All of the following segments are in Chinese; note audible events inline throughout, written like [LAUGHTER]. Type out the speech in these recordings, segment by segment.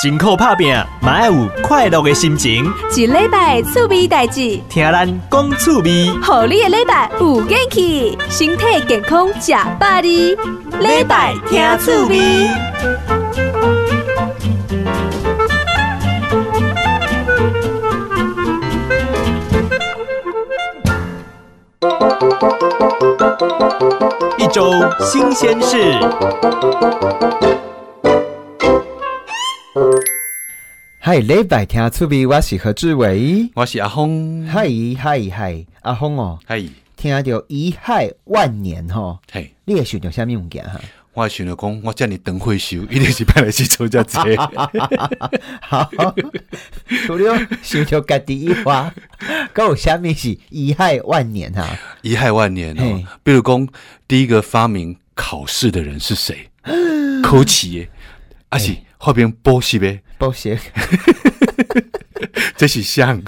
辛苦打拼，嘛要有快乐的心情。一礼拜趣味代志，听咱讲趣味，互你的礼拜有元气，身体健康吃百二，礼拜听趣味。。一周新鲜事。嗨，礼拜听趣味，我是何志伟。我是阿峰，嗨嗨嗨，阿峰哦，嗨，听到贻害万年吼、嘿，你会想到虾米物件哈？我想着讲，我遮尔长退休， [LAUGHS] 一定是派来去做遮 [LAUGHS] 济。好，除了想到家己以外，还有虾米是贻害万年哈、啊？遗害万年哦嘿。比如讲，第一个发明考试的人是 [GASPS] 谁？考试的，啊是后边补习的，不行，这是像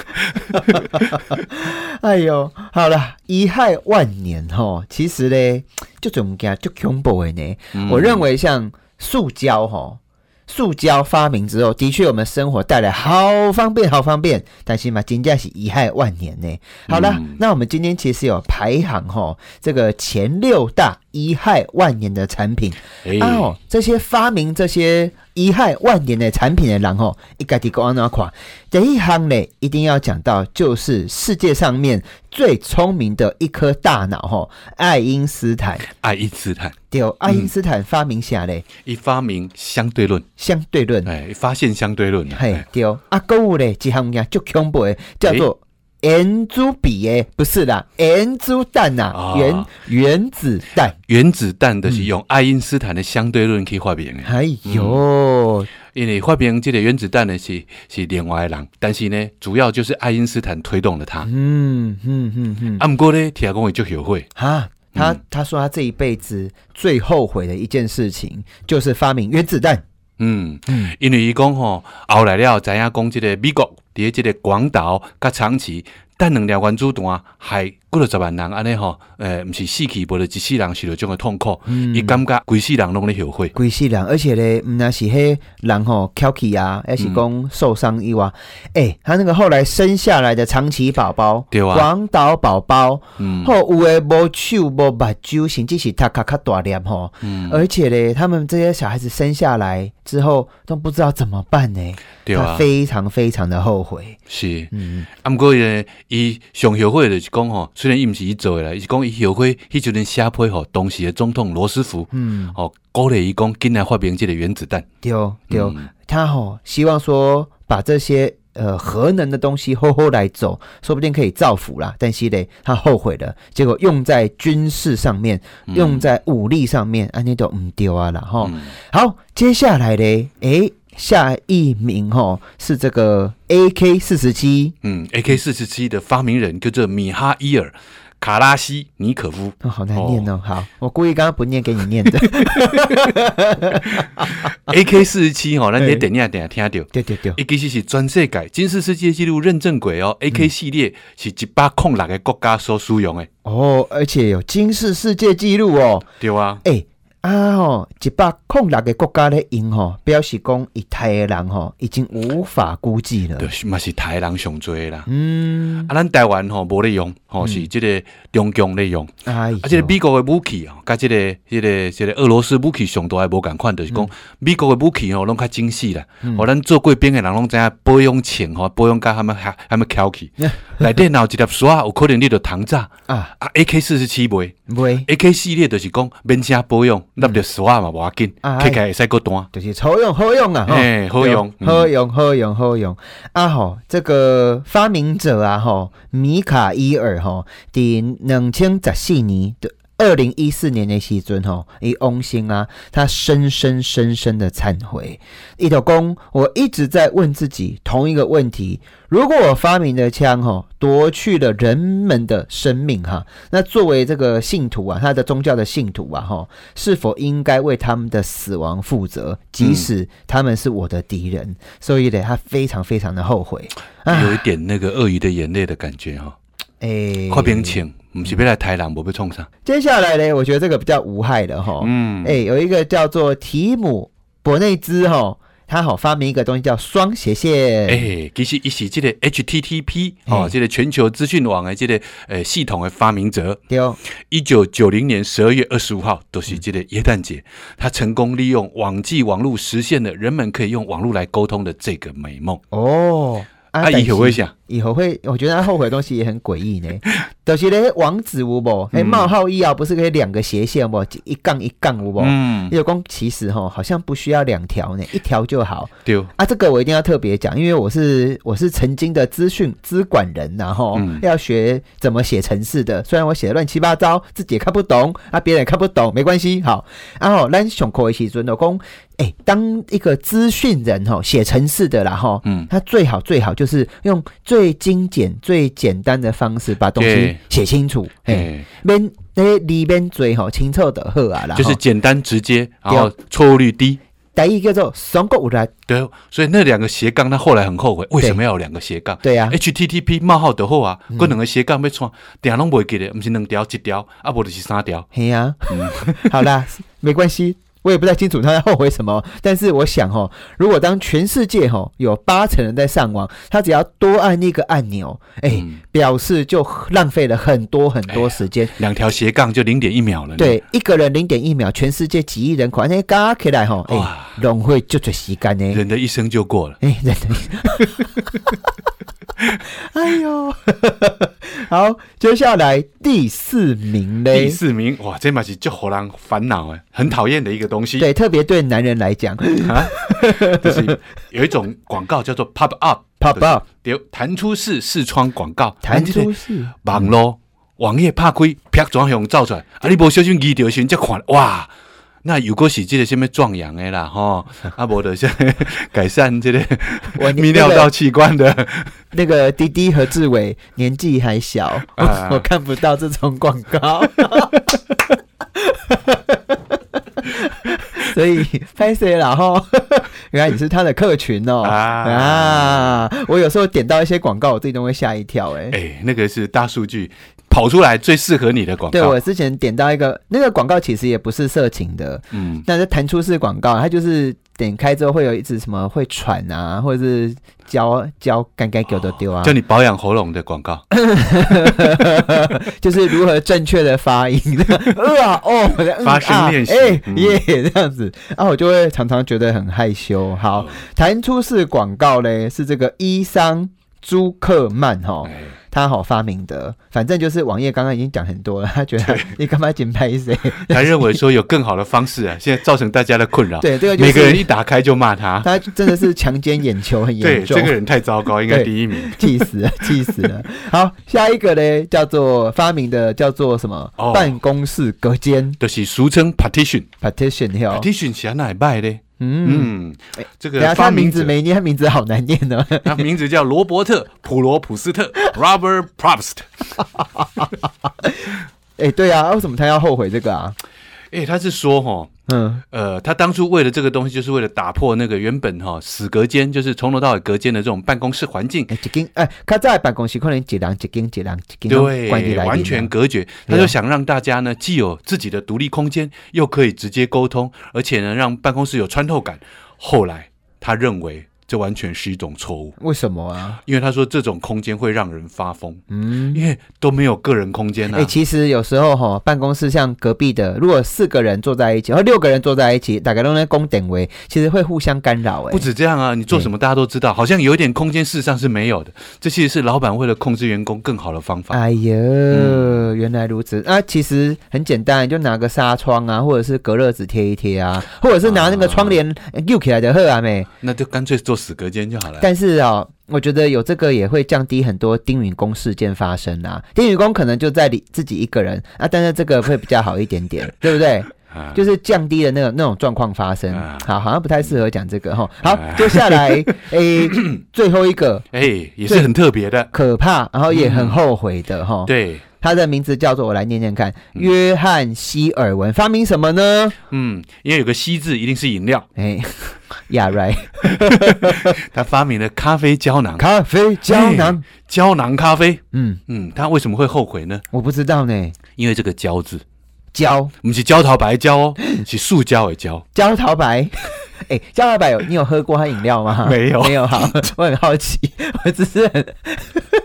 哎呦，好啦，贻害万年吼、其实咧，这种物件就恐怖的呢。我认为像塑胶吼、塑胶发明之后，的确我们生活带来好方便，好方便，但是嘛，真正是遗害万年呢。好啦，那我们今天其实有排行吼、这个前六大遗害万年的产品。哎，啊、哦，这些发明这些遗害万年的产品的人吼，一家己讲安怎看？第一行呢，一定要讲到就是世界上面最聪明的一颗大脑吼，爱因斯坦。爱因斯坦，对，爱因斯坦发明下嘞、一发明相对论，相对论，哎，发现相对论啊，嗯嘿哎，对。啊，购物嘞，一项物件足恐怖的，叫做。原子笔诶，不是啦，原子弹呐、啊嗯原原子弹，原子弹的嗯是用爱因斯坦的相对论去发明的。哎呦，因为发明这个原子弹的是是另外的人，但是呢，主要就是爱因斯坦推动了他。嗯嗯嗯嗯，啊，毋过呢，听讲伊就后悔，啊，他、他说他这一辈子最后悔的一件事情就是发明原子弹。嗯，因为伊讲吼，后来了知影讲即个美国伫咧即个广岛甲长崎，等两粒原子弹啊害几落十万人安尼吼，诶、毋是死去，无就一世人受着种诶痛苦，嗯伊、感觉规世人拢咧后悔，规世人，而且咧，嗯，那是迄人吼翘起啊，还是讲受伤以外，哎、他那个后来生下来的长崎宝宝、对啊广岛宝宝，嗯后有诶无手无目睭，甚至是他卡卡大粒吼，嗯，而且咧，他们这些小孩子生下来之后都不知道怎么办呢，对他啊，非常非常的后悔，是，嗯，啊，毋过呢，伊上后悔的就是讲吼，虽然伊毋是伊做诶啦，伊是讲伊后悔，迄阵阵写批吼，当时诶总统罗斯福，嗯，吼、鼓励伊讲，紧来发明即个原子弹，对对。嗯他吼、希望说把这些呃核能的东西吼 [LAUGHS] 吼来走，说不定可以造福啦。但是嘞，他后悔了，结果用在军事上面，用在武力上面，安尼都唔丢啊啦吼。嗯好，接下来嘞，诶，下一名吼、是这个 AK 四十七。嗯，AK 四十七的发明人叫做米哈伊尔·卡拉西尼可夫。 [LAUGHS] 哦，好难念哦！好，我故意刚刚不念给你念的。 [LAUGHS] AK 四十七吼，咱哎你点下点下听到，对对对，伊其实是全世界吉尼斯世界纪录认证过哦。AK 系列是一百零六个国家所使用的，哦，而且有金氏世界纪录哦。对啊，诶、啊吼、一百零六个国家咧，因吼表示讲，一胎的人吼、已经无法估计了对。，是嘛是台人上多的啦。嗯，啊，咱台湾吼无咧用，吼是即个中共咧用，哎呦，啊，即个美国的武器吼，甲即个、即个、即个俄罗斯武器上大诶无共款，就是讲美国的武器吼拢较精细啦，吼咱做过兵的人拢知影保养枪吼，保养甲喊么喊么翘起，内底若有一粒沙，有可能你着膛炸。啊，啊，AK 四十七袂袂， ，AK 系列就是讲免啥保养，拿着沙嘛无要紧，哎摕起来会使个单。就是好用，好用啊！吼哎好用对好用，好用，好用啊！吼，这个发明者啊，吼，米卡伊尔吼，伫两千十四年的。二零一四年的时阵吼，伊翁星啊，他深深深深的忏悔。伊头公，我一直在问自己同一个问题：如果我发明的枪吼夺去了人们的生命哈，那作为这个信徒啊，他的宗教的信徒啊哈，是否应该为他们的死亡负责，即使他们是我的敌人？所以呢，他非常非常的后悔。有一点那个鳄鱼的眼泪的感觉吼，哎，看兵枪，毋是要来台人，无要创啥。接下来呢，我觉得这个比较无害的哈。嗯，哎、有一个叫做提姆伯内兹哈、他吼、发明一个东西叫双斜线。诶、其实伊是即个 HTTP 哦，嘿即、个全球资讯网的即、个诶、呃系统的发明者。对，哦一九九零年十二月二十五号，都、是这个耶诞节，他成功利用网际网络实现了人们可以用网络来沟通的这个美梦。哦，啊，但以是后会想，以后会，我觉得他后悔的东西也很诡异 [LAUGHS] 呢。就是那些网址有无？哎、嗯冒号一啊，不是可以两个斜线有无？一杠一杠有无？嗯，有公其实哈，好像不需要两条呢，一条就好对，啊。这个我一定要特别讲，因为我是我是曾经的资讯资管人呐、吼，嗯要学怎么写程式的。虽然我写的乱七八糟，自己也看不懂啊，别人也看不懂，没关系。好，啊吼，咱上课的时阵，我讲，哎、当一个资讯人吼，写程式的啦吼，嗯，他最好最好就是用最精简、最简单的方式把东西对写清楚，哎，诶、免那里面最好清楚的好啊啦，就是吼简单直接，然后错误率低。第一叫做双国有力，对，所以那两个斜杠，他后来很后悔，为什么要有两个斜杠？对啊， HTTP 冒号就好啊，嗰两个斜杠要创，定拢袂记得，毋是两条一条，啊无就是三条。嘿呀、嗯好啦，没关系，我也不太清楚他在后悔什么，但是我想哦，如果当全世界哦有八成人在上网，他只要多按一个按钮，哎、嗯哎表示就浪费了很多很多时间。两条斜杠就零点一秒了。，对，一个人零点一秒，全世界几亿人口，那加起来吼，哎、哇浪费就最时间呢。人的一生就过了。哎，人的， [LAUGHS] 哎呦， [LAUGHS] 好，接下来第四名嘞，第四名，哇，这嘛是就好人烦恼哎，很讨厌的一个东西。对，特别对男人来讲啊， [LAUGHS] 就是有一种广告叫做 pop up ，pop up 对，弹出式视窗广告，哎弹咱这出个是网络网页拍开，啪转向照出来，啊，你无小心遇到时才看，哇！那如果是这个什么壮阳的啦， [LAUGHS] 吼，啊，无就是改善这个我泌那尿道个器官的，那个滴滴和志伟年纪还小，啊 [LAUGHS] 我看不到这种广告。 [LAUGHS] 所以拍谁了哈？ [LAUGHS] 原来你是他的客群哦啊啊！我有时候点到一些广告，我自己都会吓一跳哎、哎、那个是大数据跑出来最适合你的广对告我，之前点到一个那个广告，其实也不是色情的，嗯，但是弹出式广告，它就是点开之后会有一直什么会喘啊，或者是胶胶干哦干丢的丢啊，叫你保养喉咙的广告，就是如何正确的发音， [LAUGHS] 呃啊哦，我的嗯发声啊练习哎嗯耶这样子，啊，我就会常常觉得很害羞。嗯好，弹出式广告嘞是这个伊桑朱克曼 [LAUGHS] 哈，哎他好发明的，反正就是网页刚刚已经讲很多了，他觉得 [LAUGHS] 你干嘛紧拍 [LAUGHS] 谁？他认为说有更好的 [LAUGHS] 方式啊，现在造成大家的困扰。对，这个就每个人是一打开就骂他，他真的是强奸眼球很对，严重这，个人太糟糕，应该对第一名。 [LAUGHS] 气死了，气死了。好，下一个嘞叫做发明的叫做什么？哦办公室隔间就是俗称 partition，partition partition hill。是哪里拜嘞？哦嗯，嗯，这等一下他个发名明字者，没念，他名字好难念哦。 [LAUGHS] 他名字叫罗伯特·普罗普斯特 （Robert Probst）。哎，对啊，为什么他要后悔这个啊？哎，他是说哈，嗯，呃，他当初为了这个东西，就是为了打破那个原本哈死隔间，就是从头到尾隔间的这种办公室环境，哎，一间哎，他在办公室可能一人一间一人一啊间对，关起来，完全隔绝。他啊就想让大家呢，既有自己的独立空间，又可以直接沟通，而且呢，让办公室有穿透感。后来他认为这完全是一种错误，为什么啊？因为他说这种空间会让人发疯，嗯。因为都没有个人空间哎、啊。其实有时候哈，办公室像隔壁的，如果四个人坐在一起，或六个人坐在一起，大概都在公等位，其实会互相干扰、哎，不止这样啊，你做什么大家都知道，好像有一点空间，事实上是没有的。这其实是老板为了控制员工更好的方法。哎呀，嗯原来如此。啊，其实很简单，就拿个纱窗啊，或者是隔热纸贴一贴啊，或者是拿那个窗帘溜起来的呵啊妹。那就干脆做死隔间就好了。但是哦，我觉得有这个也会降低很多丁允公事件发生啊。丁允公可能就在里自己一个人啊，但是这个会比较好一点点，对不对？啊就是降低了那种那种状况发生啊。好，好像不太适合讲这个哈。好啊，接下来诶，最后一个哎、也是很特别的。可怕，然后也很后悔的哈。对，他的名字叫做我来念念看，嗯约翰希尔文发明什么呢？嗯，因为有个“西”字，一定是饮料。哎， [LAUGHS] 亚瑞他发明了咖啡胶囊，咖啡胶囊。胶囊咖啡。 [LAUGHS] 嗯，嗯，他为什么会后悔呢？我不知道呢，因为这个“胶”字，胶 [LAUGHS] 不是焦桃白胶哦，是塑胶的胶。胶桃白， [LAUGHS] 哎、加老板有你有喝过他饮料吗？ [LAUGHS] 没有 [LAUGHS] 没有。好，我很好奇， [LAUGHS] 我只是很， [LAUGHS]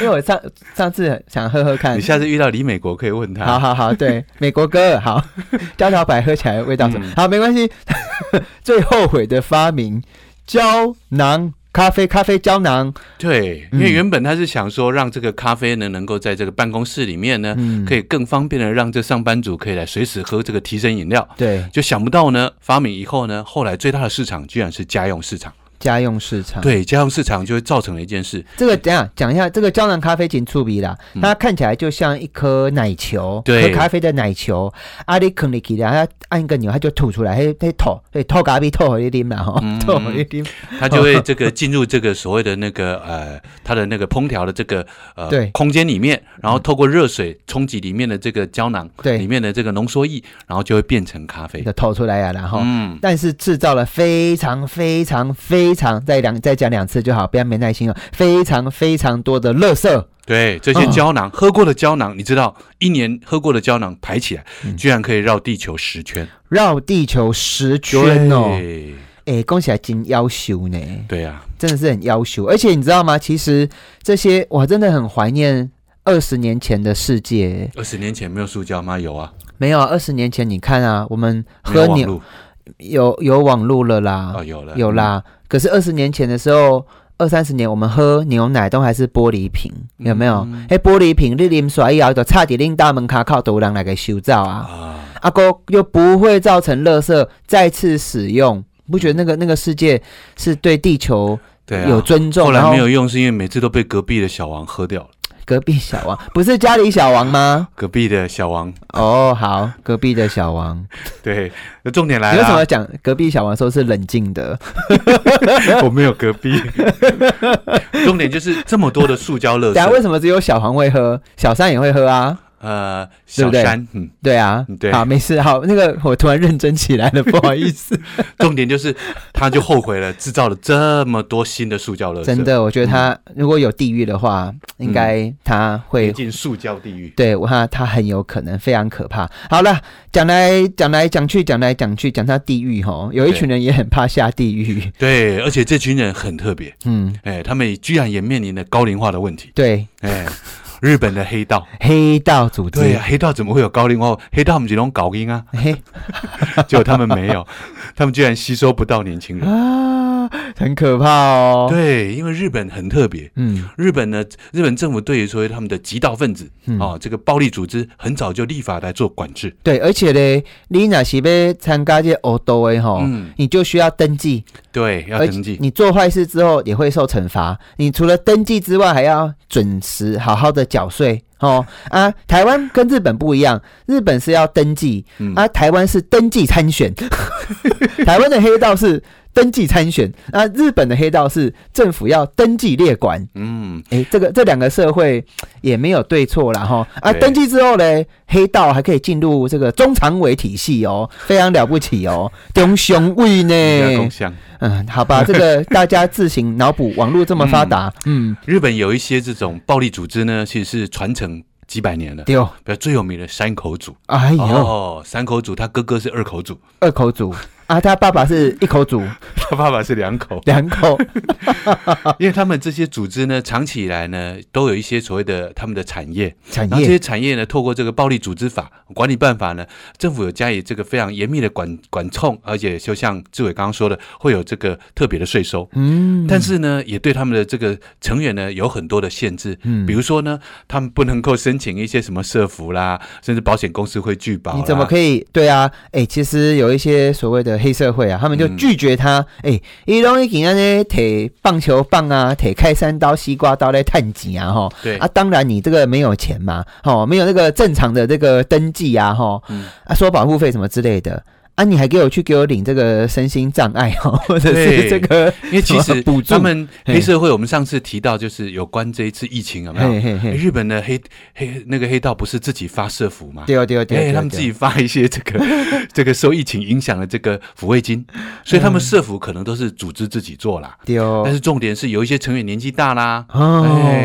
因为我上上次想喝喝看你。下次遇到李美国可以问他。好好好，对，美国哥好， [LAUGHS] 加老板喝起来味道什么？嗯好，没关系。 [LAUGHS] 最后悔的发明，胶囊咖啡，咖啡胶囊，对，因为原本他是想说让这个咖啡呢，能够在这个办公室里面呢，嗯可以更方便的让这上班族可以来随时喝这个提神饮料。对，就想不到呢，发明以后呢，后来最大的市场居然是家用市场。家用市场。对，家用市场就会造成了一件事，这个等一下讲一下，这个胶囊咖啡紧触鼻啦，嗯它看起来就像一颗奶球，对喝咖啡的奶球，啊你啃你起来，它按一个钮，它就吐出来，嘿嘿吐，嘿吐咖啡吐给你啉嘛吼，嗯吐给你啉，它就会这个进入这个所谓的那个呃，它的那个烹调的这个呃对空间里面，然后透过热水冲击里面的这个胶囊，对里面的这个浓缩液，然后就会变成咖啡就。吐出来啊，然后。嗯，但是制造了非常非常非常再两再讲两次就好，不要没耐心哦。非常非常多的垃圾，对，这些胶囊、喝过的胶囊，你知道，一年喝过的胶囊排起来，嗯居然可以绕地球十圈。绕地球十圈哦！对，哎，恭喜还真要求呢。对啊，真的是很要求。而且你知道吗？其实这些我真的很怀念二十年前的世界。二十年前没有塑胶吗？有啊，没有啊，二十年前你看啊，我们没喝有网牛路有有网路了啦，嗯哦，有了，有啦。可是二十年前的时候。二三十年，我们喝牛奶都还是玻璃瓶，有没有？嗯哎、玻璃瓶你啉水以哎后，就差点令大门卡靠都有人来给修造啊！啊。阿哥又不会造成垃圾再次使用，不觉得那个那个世界是对地球对啊，有尊重？后来然没有用，是因为每次都被隔壁的小王喝掉了。隔壁小王不是家里小王吗？隔壁的小王， [LAUGHS] 哦，好，隔壁的小王， [LAUGHS] 对，那重点来你为什么了，讲隔壁小王说是冷静的？我没有隔壁。 [LAUGHS] 重点就是这么多的塑胶垃等下为圾，什么只有小黄会喝，小三也会喝啊？呃，对小不对山，嗯，对啊，对好，没事，好，那个我突然认真起来了，不好意思，重点就是他就后悔了，制造了这么多新的塑胶垃圾， [LAUGHS] 真的，我嗯觉得他如果有地狱的话，应该他会跌进塑胶地狱。对我看他很有可能非常可怕。好了，讲来讲来讲去，讲来讲去，讲他地狱吼，有一对群人也很怕下地 [LAUGHS] 狱，对，而且这群人很特别，嗯，哎，他们居然也面临了高龄化的问题，对，哎， [LAUGHS] 日本的黑道，黑道组织，对呀、黑道怎么会有高龄化？黑道不是拢搞音啊，嘿，结果他们没 [LAUGHS] 有，他们居然吸收不到年轻人。啊，很可怕哦。，对，因为日本很特别，嗯日本呢，日本政府对于所谓他们的极道分子嗯、啊、这个暴力组织，很早就立法来做管制。对，而且呢，你若是要参加这欧多的吼。嗯，你就需要登记，对，要而登记。你做坏事之后也会受惩罚。你除了登记之外，还要准时好好的缴税 [LAUGHS] 哦。啊，台湾跟日本不一样，日本是要登记，嗯，啊，台湾是登记参 [LAUGHS] 选。台湾的黑道是登记参选，啊，日本的黑道是政府要登记列管。嗯，哎，这个这两个社会也没有对错啦哈啊！对登记之后呢，黑道还可以进入这个中常委体系哦，非常了不起哦，中雄位人家啊共呢。享。嗯，好吧，这个大家自行脑补，网络这么发 [LAUGHS] 达，嗯，日本有一些这种暴力组织呢，其实是传承几百年了。丢、比如最有名的山口组，哎呦，哦，山口组他哥哥是二 [LAUGHS] 口组，二口组啊，他爸爸是一口组，他爸爸是两口。两口，啊因为他们这些组织呢，长期以来呢，都有一些所谓的他们的产业，产然后这业些产业呢，透过这个暴力组织法管理办法呢，政府有加以这个非常严密的管管控，而且就像志伟刚刚说的，会有这个特别的税收。嗯，但是呢，也对他们的这个成员呢有很多的限制，嗯比如说呢，他们不能够申请一些什么社服啦，甚至保险公司会拒保。你怎么以？可以？对啊，哎、其实有一些所谓的黑社会啊，他们就嗯拒绝他。哎、伊拢已经安尼摕棒球棒啊，摕开山刀、西瓜刀来探钱啊，吼。对啊，当然你这个没有钱嘛，吼，没有那个正常的这个登记啊，吼，嗯啊，说保护费什么之类的。啊！你还给我去给我领这个身心障碍哦，或者是对这个，因为其什么实补助他们黑社会，我们上次提到就是有关这一次疫情有没有？嘿嘿诶嘿，日本的黑黑那个黑道不是自己发社服吗？对哦对哦对哦哎、对哦，他们自己发一些这个这个受疫情影响的这个抚慰金，所以他们社服可能都是组织自己做啦。对嗯哦但是重点是有一些成员年纪大啦，哎、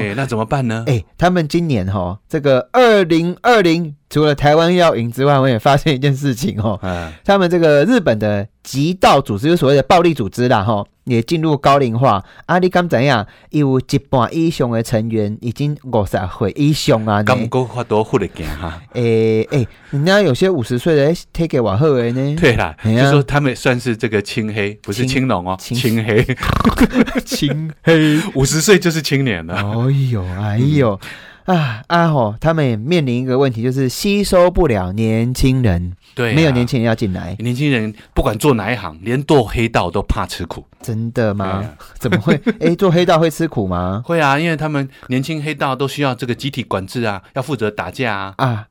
哦，那怎么办呢？哎、他们今年哈，这个二零二零除了台湾要赢之外，我也发现一件事情哦，哎， [LAUGHS] 他们这个日本的极道组织，就是所谓的暴力组织啦，吼，也进入高龄化。啊，你敢怎样？伊有一半以上的成员已经五十岁以上啊呢。敢够发多活得行哈？哎诶诶，人家有些五十岁的推给瓦赫尔呢， [LAUGHS] 对啦，哎就呀说他们算是这个青黑，不是青青龙哦，青青黑， [LAUGHS] 青黑。五十岁就是青年了。哎呦，哎呦，嗯啊啊吼，他们也面临一个问题，就是吸收不了年轻人，对啊，没有年轻人要进来，年轻人不管做哪一行，连做黑道都怕吃苦。真的对吗啊？怎么 [LAUGHS] 会？诶，做黑道会吃苦吗？会啊，因为他们年轻黑道都需要这个集体管制啊，要负责打架啊。啊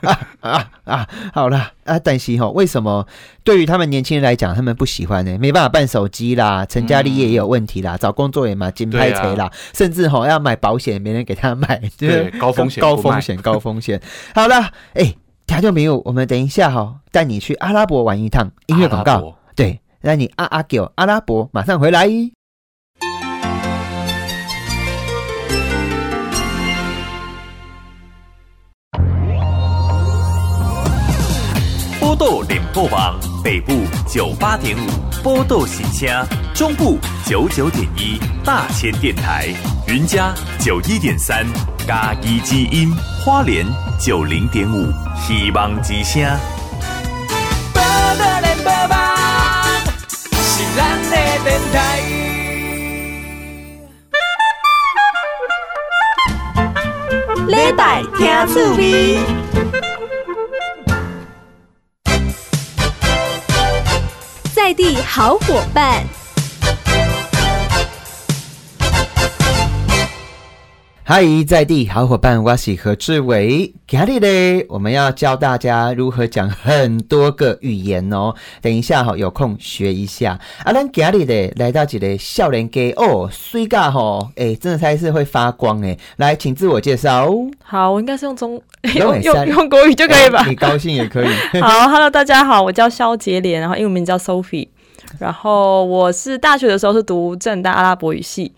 啊啊啊！好啦，啊，但是吼，为什么对于他们年轻人来讲，他们不喜欢呢？没办法办手机啦，成家立业也有问题啦，找工作也嘛金嗯对拍啊锤啦，甚至吼要买保险，没人给他买，就是 [LAUGHS] 对，高风险，高风。险，高风险。好啦，哎、听众朋友，我们等一下哈、带你去阿拉伯玩一趟。音乐广阿拉告，伯，对，让你阿阿狗阿拉伯马上回来。波豆联播网北部九八点五波豆喜家，中部九九点一大千电台，云家九一点三嘎一基因，花莲九零点五希望之声。报道联播网是咱的电台。礼拜听趣味。在地好伙伴，嗨，在地好伙伴，我是何志伟。今日嘞，我们要教大家如何讲很多个语言哦。等一下哈、有空学一下。啊，咱今日嘞来到一个笑脸街哦，水噶吼，哎、真的才是会发光哎。来，请自我介绍哦。好，我应该是用中 [LAUGHS] 都用很用像用国语就可以吧哎？ [LAUGHS] 你高兴也 [LAUGHS] 可以。好，Hello，大家好，我叫肖杰莲，然后英文名叫 Sophie，然后我是大学的时候是读正大阿拉伯语系，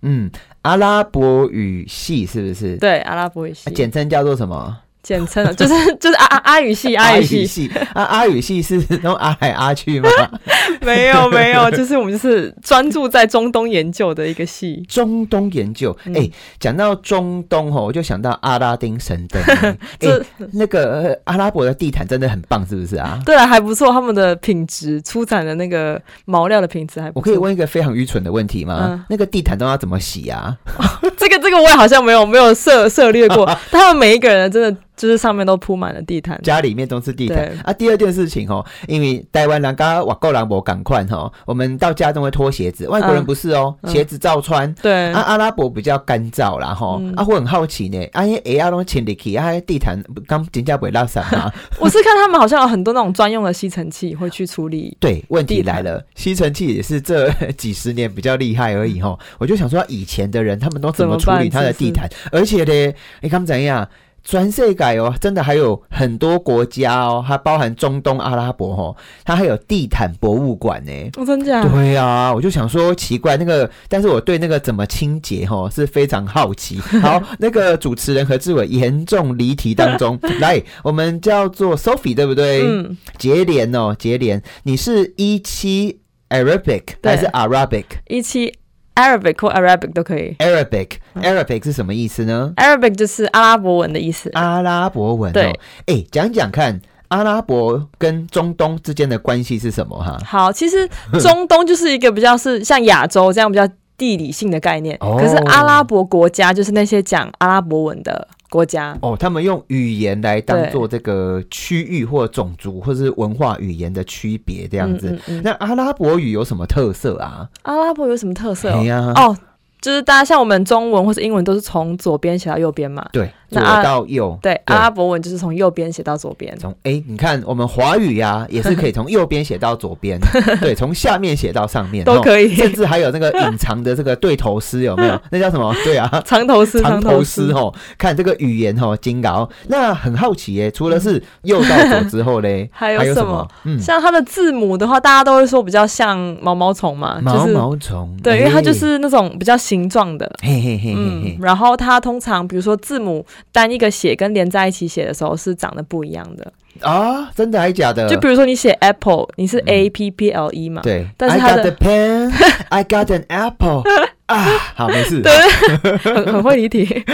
嗯，阿拉伯语系是不是？对，阿拉伯语系啊，简称叫做什么？简称了，就是 [LAUGHS] 就是阿阿阿语系，阿语系，系啊，阿语系是用阿来阿去吗？ [LAUGHS] 没有没有，就是我们就是专注在中东研究的一个系。中东研究，哎、嗯讲到中东哦，我就想到阿拉丁神 [LAUGHS] 灯。哎、这那个、呃阿拉伯的地毯真的很棒，是不是啊？对了，还不错，他们的品质出产的那个毛料的品质还不我错。可以问一个非常愚蠢的问题吗？嗯那个地毯都要怎么洗啊？ [LAUGHS] 这个这个我也好像没有没有涉涉猎过，但他们每一个人真的就是上面都铺满了地毯。家里面都是地毯对啊。第二件事情哦，因为台湾人跟瓦够兰博赶快哦，我们到家都会脱鞋子，外国人嗯不是哦，嗯鞋子照穿。对啊，阿拉伯比较干燥啦，吼、嗯啊，我很好奇呢，啊，迄鞋啊拢穿入去，啊，那地毯刚真正袂垃圾吗？ [LAUGHS] 我是看他们好像有很多那种专用的吸尘器会去处理。对，问题地毯来了，吸尘器也是这 [LAUGHS] 几十年比较厉害而嗯已，吼，我就想说，啊以前的人他们都怎么怎么处办理他的地毯？而且呢，你看怎样？全世界哦，真的还有很多国家哦，它包含中东、阿拉伯哦，它还有地毯博物馆呢。我、哦真假？对啊，我就想说奇怪那个，但是我对那个怎么清洁哈是非常好 [LAUGHS] 奇。好，那个主持人何志伟严重离题当 [LAUGHS] 中，来，我们叫做 Sophie 对不对？，嗯，杰连哦，杰连，你是一期 Arabic 对还是 Arabic？Arabic 一期 Arabic 或 Arabic 都可以。嗯 Arabic 是什么意思呢？ Arabic 就是阿拉伯文的意思。阿拉伯文、哦。对，哎，讲讲看，阿拉伯跟中东之间的关系是什么哈？好，其实中东就是一个比较是像亚洲这样比较地理性的概念，哦可是阿拉伯国家就是那些讲阿拉伯文的国家。哦，他们用语言来当对做这个区域或种族或是文化语言的区别这这样子。嗯嗯嗯那阿拉伯语有什么特色啊？阿拉伯有什么特色哦？哎呀哦，就是大家像我们中文或是英文都是从左边写到右边嘛。对，左那阿到右。对，阿拉伯文就是从右边写到左边。从哎、你看我们华语呀、也是可以从右边写到左 [LAUGHS] 边，对，从下面写到上面都可以哦甚至还有那个隐藏的这个对头诗，有没 [LAUGHS] 有？那叫什么？对啊，长头诗，藏头头诗哦。看这个语言哦，金搞。那很好奇耶，除了 [LAUGHS] 是右到左之后嘞，还有有什么么？嗯，像它的字母的话，大家都会说比较像毛毛虫嘛，毛就是毛虫，对，因为它就哎是那种比较形状的。嘿嘿嘿嘿嗯嘿，，然后它通常比如说字母单一个写跟连在一起写的时候是长得不一样的。啊，真的还假的？就比如说你写 apple，你是 a p p l e 嘛，嗯对，但是 I 它 got the 的 [LAUGHS] pen, I got an apple 啊，好，没事，很很 [LAUGHS] 会离题，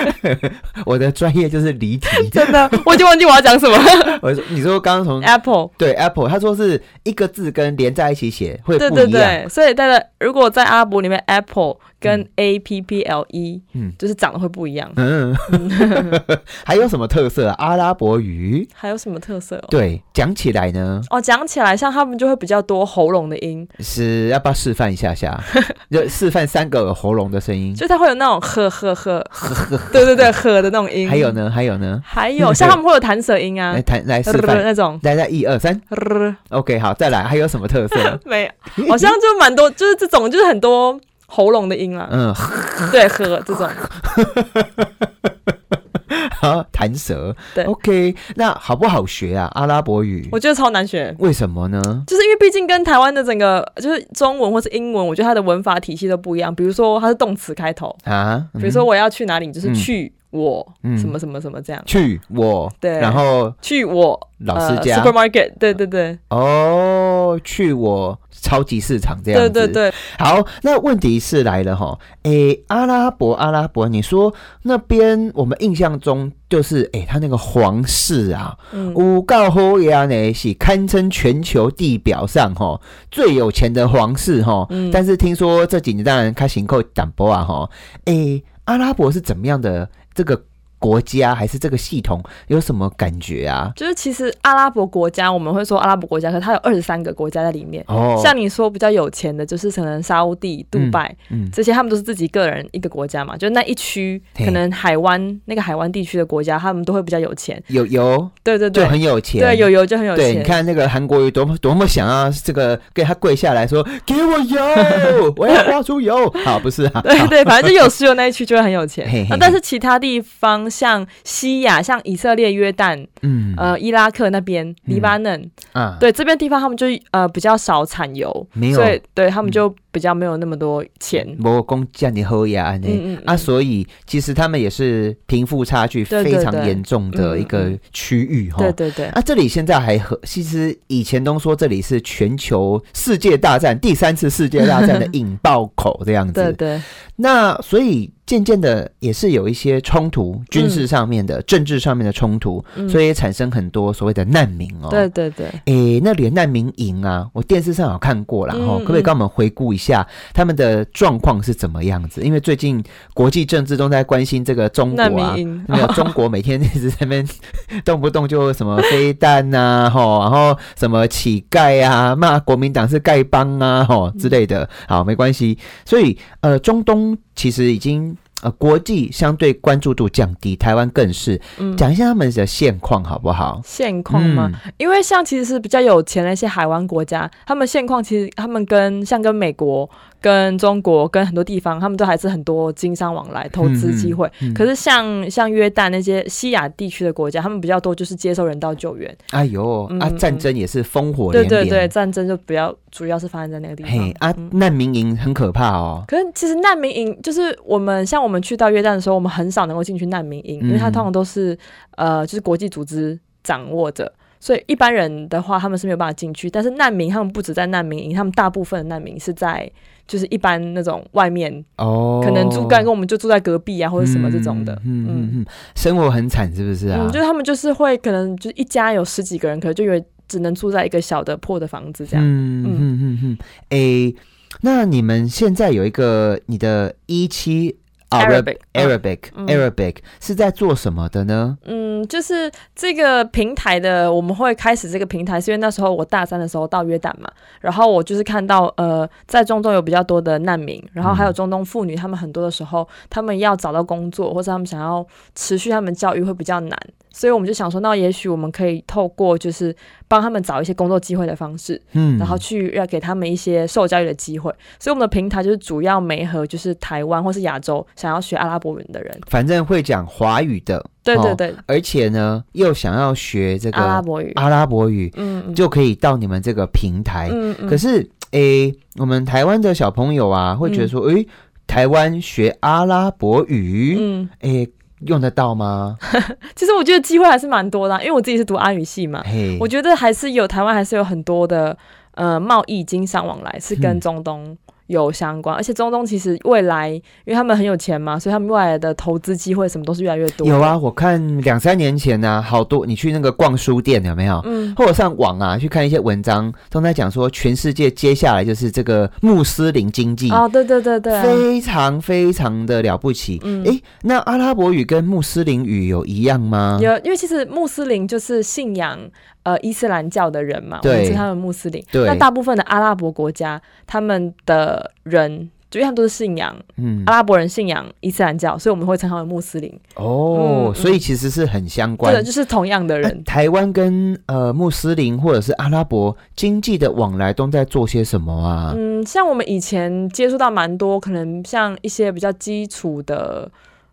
我的专业就是离 [LAUGHS] 题。真的，我已经忘记我要讲什么。我说，你说刚刚从 apple，对 apple，他说是一个字跟连在一起写会不对一样，对对，所以大家如果在阿拉伯里面 apple 跟 a p p l e，嗯就是长得会不一样。嗯， [LAUGHS] 还有什么特色啊？阿拉伯语还有什么特色哦？对，讲起来呢哦，讲起来像他们就会比较多喉咙的音，嗯是要不要示范一下 [LAUGHS] 下？就示范三个有喉咙的声音，就它会有那种呵呵呵，对对对呵的那种音。还有？呢？嗯哎还有呢？还有像他们会有弹舌音啊来，弹来示范，那种。？来来一二三，OK，好，再来，还有什么特色 [LAUGHS] 没有，好像就蛮多，就是这种，就是很多喉咙的音啦。嗯，对，呵这种，好，弹舌，对，OK，那好不好学啊？阿拉伯语我觉得超难学。为什么呢？就是因为毕竟跟台湾的整个就是中文或是英文，我觉得它的文法体系都不一样。比如说它是动词开头，啊，比如说我要去哪里，就是去我嗯什么什么什么这样嗯，去我，对然后去我老师家呃、supermarket，对对对哦，去我超级市场这样对子，对对，好，那问题是来了哈，诶，阿拉伯，阿拉伯，你说那边我们印象中就是诶，他那个皇室啊，嗯，五告侯亚呢是堪称全球地表上哈最有钱的皇室哈，嗯但是听说这几年当然开行够淡薄啊哈，诶，阿拉伯是怎么样的这个国家还是这个系统有什么感觉啊？就是其实阿拉伯国家，我们会说阿拉伯国家，可它有二十三个国家在里面。哦，像你说比较有钱的，就是可能沙乌地、杜拜、嗯这些，他们都是自己个人一个国家嘛，就那一区，嘿可能海湾那个海湾地区的国家，他们都会比较有钱。有有对对就对，很有钱，对有油就很有对，钱。你看 [LAUGHS] 那个韩国瑜多么多么想啊，这个给他跪下来说：“给我油， [LAUGHS] 我要花出油。”好，不是啊，对对，反正就有石油那一区就会很有钱嘿嘿。嘿啊但是其他地方像西亚、像以色列、约旦、嗯呃伊拉克那边、黎巴嫩，啊，对这边地方他们就呃比较少产油，没有所以对他们就比较没有那么多钱。我公叫你喝呀安嗯呢嗯嗯啊，所以其实他们也是贫富差距对非对常对严重的嗯一个嗯区域哈。对对对，啊，这里现在还和其实以前都说这里是全球世界大战第三次世界大战的引爆口这样子，对对那所以渐渐的也是有一些冲突，军事上面的、政治上面的冲突，嗯所以也产生很多所谓的难民哦。对，对对，诶，那里的难民营啊，我电视上有看过啦。嗯哈、嗯可不可以帮我们回顾一下他们的状况是怎么样子？因为最近国际政治都在关心这个中国难啊民。营 [LAUGHS] 没有，中国每天一直在那边 [LAUGHS] 动不动就什么飞弹呐、啊，吼，然后什么乞丐啊，骂国民党是丐帮啊，吼嗯之类的。好，没关系。所以呃，中东其实已经呃国际相对关注度降低，台湾更是。嗯讲一下他们的现况好不好？现况吗？嗯因为像其实是比较有钱的一些海湾国家，他们现况其实他们跟像跟美国、跟中国、跟很多地方，他们都还是很多经商往来、投资机会。嗯嗯嗯可是像像约旦那些西亚地区的国家，他们比较多就是接受人道救援。哎呦、啊，嗯战争也是烽火对连连。对对，战争就比较主要是发生在那个地嘿方啊，嗯难民营很可怕哦。可是其实难民营就是我们像我们去到约旦的时候，我们很少能够进去难民营，因为它嗯通常都是呃就是国际组织掌握着。所以一般人的话，他们是没有办法进去。但是难民，他们不止在难民营，他们大部分的难民是在就是一般那种外面，哦，可能住干跟我们就住在隔壁啊，或者什么这种的。嗯嗯嗯嗯嗯，生活很惨是不是啊？嗯，就是他们就是会可能就是一家有十几个人，可能就有只能住在一个小的破的房子这样。嗯嗯嗯嗯，诶、那你们现在有一个你的一期啊 Arabic，嗯 Arabic 嗯 Arabic 是在做什么的呢？嗯，就是这个平台的，我们会开始这个平台，是因为那时候我大三的时候到约旦嘛，然后我就是看到呃，在中东有比较多的难民，然后还有嗯中东妇女，她们很多的时候，她们要找到工作或者她们想要持续她们教育会比较难，所以我们就想说，那也许我们可以透过就是帮他们找一些工作机会的方式，嗯，然后去要给他们一些受教育的机会，所以我们的平台就是主要媒合就是台湾或是亚洲想要学阿拉伯文的人，反正会讲华语的，对对哦，对，而且呢又想要学这个阿拉伯语。阿拉伯语，嗯，嗯就可以到你们这个平台。嗯嗯可是诶、我们台湾的小嗯朋友啊，会觉得说，诶、台湾学阿拉伯语，嗯，诶、用得到 [LAUGHS] 吗？其实我觉得机会还是蛮多的啊、因为我自己是读阿语系嘛，嘿，我觉得还是有台湾还是有很多的呃贸易经商往来是跟嗯中东有相关，而且中东其实未来因为他们很有钱嘛，所以他们未来的投资机会什么都是越来越多。有，啊，我看两三年前呢、好多你去那个逛书店有没有？嗯，或者上网啊，去看一些文章，都在讲说，全世界接下来就是这个穆斯林经济，哦，对对对对啊，非常非常的了不起。嗯诶，那阿拉伯语跟穆斯林语有一样吗？有，因为其实穆斯林就是信仰呃伊斯兰教的人嘛，我们对是他们穆斯林。对那大部分的阿拉伯国家，他们的人，因为他们都是信仰嗯阿，拉伯人信仰伊斯兰教，所以我们会称他为穆斯林。哦，嗯嗯所以其实是很相对关哎的，。就是同样的那人。台湾跟呃穆斯林或者是阿拉伯经济的往来都在做些什么啊？嗯，像我们以前接触到蛮多，可能像一些比较基础的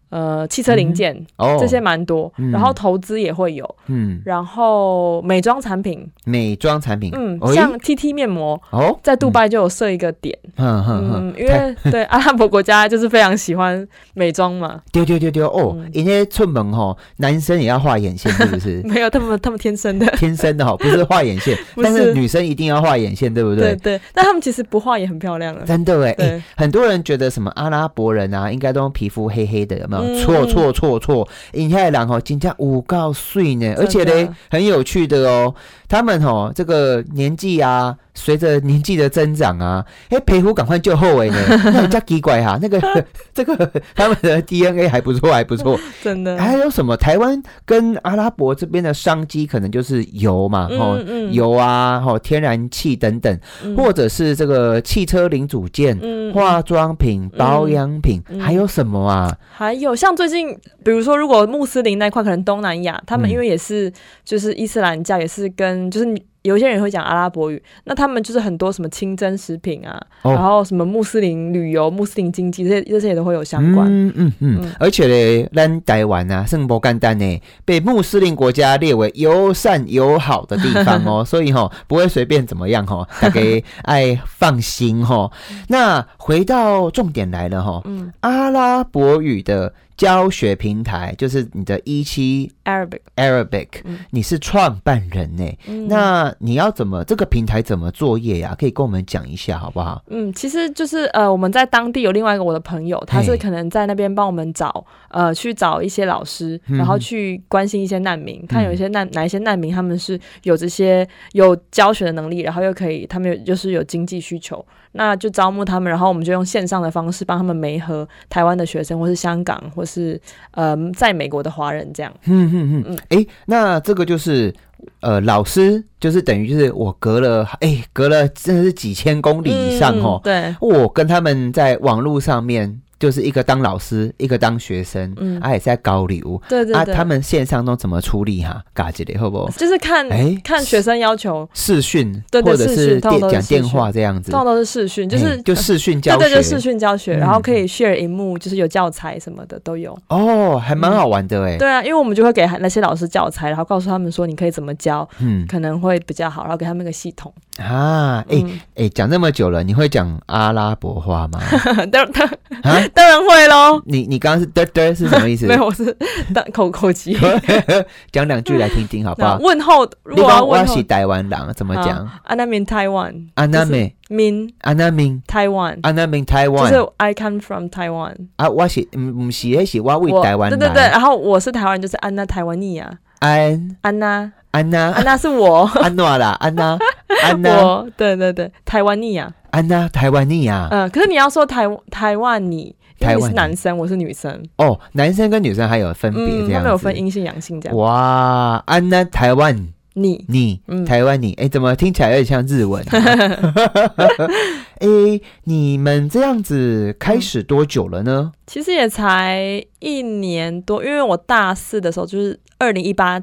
呃汽车零件、哦，这些蛮多，嗯然后投资也会有，嗯，然后美妆产品，美妆产品，嗯，诶像 TT 面膜，哦，在杜拜就有设一个点。嗯，哼哼哼，嗯，因为对 [LAUGHS] 阿拉伯国家就是非常喜欢美妆嘛，丢丢丢丢哦嗯，人家出门吼，男生也要画眼线，是不 [LAUGHS] 是？没有他们他们天生的，天生的哈，不是画眼线，不但是是女生一定要画眼线，对不对对？对，但他们其实不画也很漂亮了，啊真的哎、对欸，很多人觉得什么阿拉伯人啊，应该都皮肤黑黑的，有没有？嗯错错错错，人家的人吼，真正五告岁呢，而且真嘞的，很有趣的哦，他们吼这个年纪啊，随着年纪的增长啊，哎、皮肤赶快就后悔 [LAUGHS] 呢，那叫奇怪啊哈、那个 [LAUGHS] 这个他们的 DNA 还不错，还不错，真的。还有什么？台湾跟阿拉伯这边的商机可能就是油嘛，吼、嗯嗯油啊，吼、天然气等等，嗯或者是这个汽车零组件、嗯，化妆品、保养品，嗯还有什么啊？还有像最近，比如说如果穆斯林那一块，可能东南亚他们嗯因为也是就是伊斯兰教，也是跟就是你有一些人会讲阿拉伯语，那他们就是很多什么清真食品啊，哦然后什么穆斯林旅游、穆斯林经济这些这些也都会有相关。嗯嗯嗯嗯，而且嘞，咱台湾啊，圣伯干丹呢，被穆斯林国家列为友善友好的地方 [LAUGHS] 哦，所以哈、不会随便怎么样哈、大家爱放心哈、那回到重点来了哈、嗯阿拉伯语的教学平台，就是你的一期，Arabic， Arabic，、嗯你是创办人呢、嗯那你要怎么这个平台怎么作业呀、可以跟我们讲一下好不好？嗯，其实就是呃，我们在当地有另外一个我的朋友，他嘿是可能在那边帮我们找呃，去找一些老师，然后嗯去关心一些难民，看有一嗯些难哪一些难民他们是有这些有教学的能力，然后又可以他们有就是有经济需求，那就招募他们，然后我们就用线上的方式帮他们媒合台湾的学生，或是香港，或是呃在美国的华人这样。嗯嗯嗯嗯，哎、那这个就是呃，老师就是等于就是我隔了哎、隔了真的是几千公里以上嗯哦，对，我跟他们在网络上面就是一个当老师，一个当学生，嗯啊也是在交流。对对啊，对，他们线上都怎么处理哈、嘎叽的，好不好？就是看、哎看学生要求，视讯，对对或者视是讯通电常都是讲视电讯话这样子通，常都是视讯，就是、嘿就视讯教学，对对，就视讯教学，嗯然后可以 share 荧幕，就是有教材什么的都有。哦，还蛮好玩的哎、对啊，因为我们就会给那些老师教材，然后告诉他们说你可以怎么教，嗯可能会比较好，然后给他们一个系统。啊，哎、嗯， [LAUGHS] 哎，讲、那么久了，你会讲阿拉伯话吗？当当啊，当然 [LAUGHS] 会喽。你你刚刚是嘚嘚是什么意思 [LAUGHS] 没？有，我是当口 [LAUGHS] 口急。讲两句来听听好不那好？问候，如你果要讲我问候是，台湾人，怎么好讲？安那明台湾，安娜就是美， min 安娜明，台湾，安娜明台就湾是 I come from 台湾。啊，我是嗯嗯是那是我为我台湾对来，对对，然后我是台湾人，就是安娜台湾尼亚，安 [LAUGHS] 安娜安娜安娜是我，安娜啦，安 [LAUGHS] 娜安娜我对对对，台湾尼亚。安娜台湾啊尼亚。嗯，可是你要说台台湾你，因台为湾你是你男生，我是女生，哦，男生跟女生还有分别嗯，这他样们子。有分阴性阳性这样。哇，安娜台湾你你，嗯台湾你，哎、怎么听起来有点像日文、 [LAUGHS] 啊？哎、你们这样子开始多久了呢？其实也才一年多，因为我大四的时候就是二零一八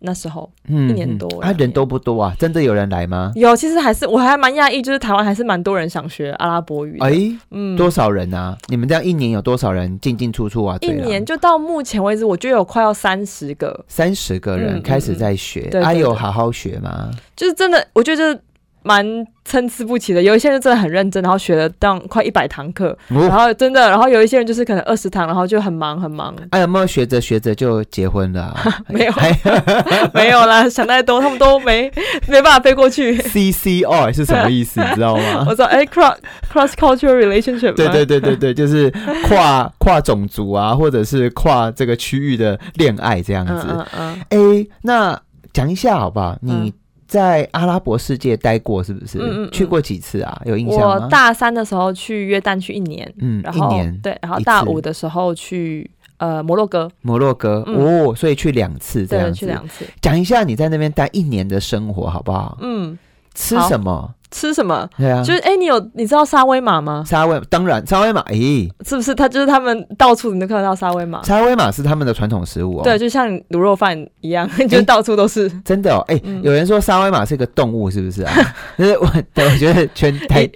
那时候嗯一年多嗯两啊，人年多不多啊？真的有人来吗？有，其实还是我还蛮讶异，就是台湾还是蛮多人想学阿拉伯语的。哎、嗯，多少人啊？你们这样一年有多少人进进出出啊？一对啦年就到目前为止，我觉得有快要三十个，三十个人嗯开始在学，嗯嗯对啊，对有对好好学吗？就是真的，我觉得就是蛮参差不齐的，有一些人真的很认真，然后学了当快一百堂课，然哦，后真的，然后有一些人就是可能二十堂，然后就很忙很忙，啊，有没有学着学着就结婚了、 [LAUGHS] 啊？没有还哎 [LAUGHS] 没有啦，想太多，他们都没 [LAUGHS] 没办法飞过去。 C C R 是什么意思？你知道吗 [LAUGHS] 我？说，哎，cross cross cultural relationship，吗啊对对对对对，就是跨跨种族啊，或者是跨这个区域的恋爱这样嗯子。嗯嗯，哎、那讲一下好不好？嗯你在阿拉伯世界待过是不是？嗯嗯嗯去过几次啊？有印象我吗？大三的时候去约旦去一年，嗯，然一后年对，然后一大次五的时候去呃摩洛哥，摩洛哥、嗯哦，所以去两次这对，样去子。两次。讲一下你在那边待一年的生活好不好？嗯，吃好什么？吃什么？对啊，就是哎，你有你知道沙威玛吗？沙威，当然沙威玛，咦、是不是？他就是他们到处你都看得到沙威玛，沙威玛是他们的传统食物哦。对，，就像卤肉饭一样， [LAUGHS] 哎就到处都是。真的哦，哎、嗯有人说沙威玛是个动物，是不 [LAUGHS] 是啊？就是我，对我觉得全台、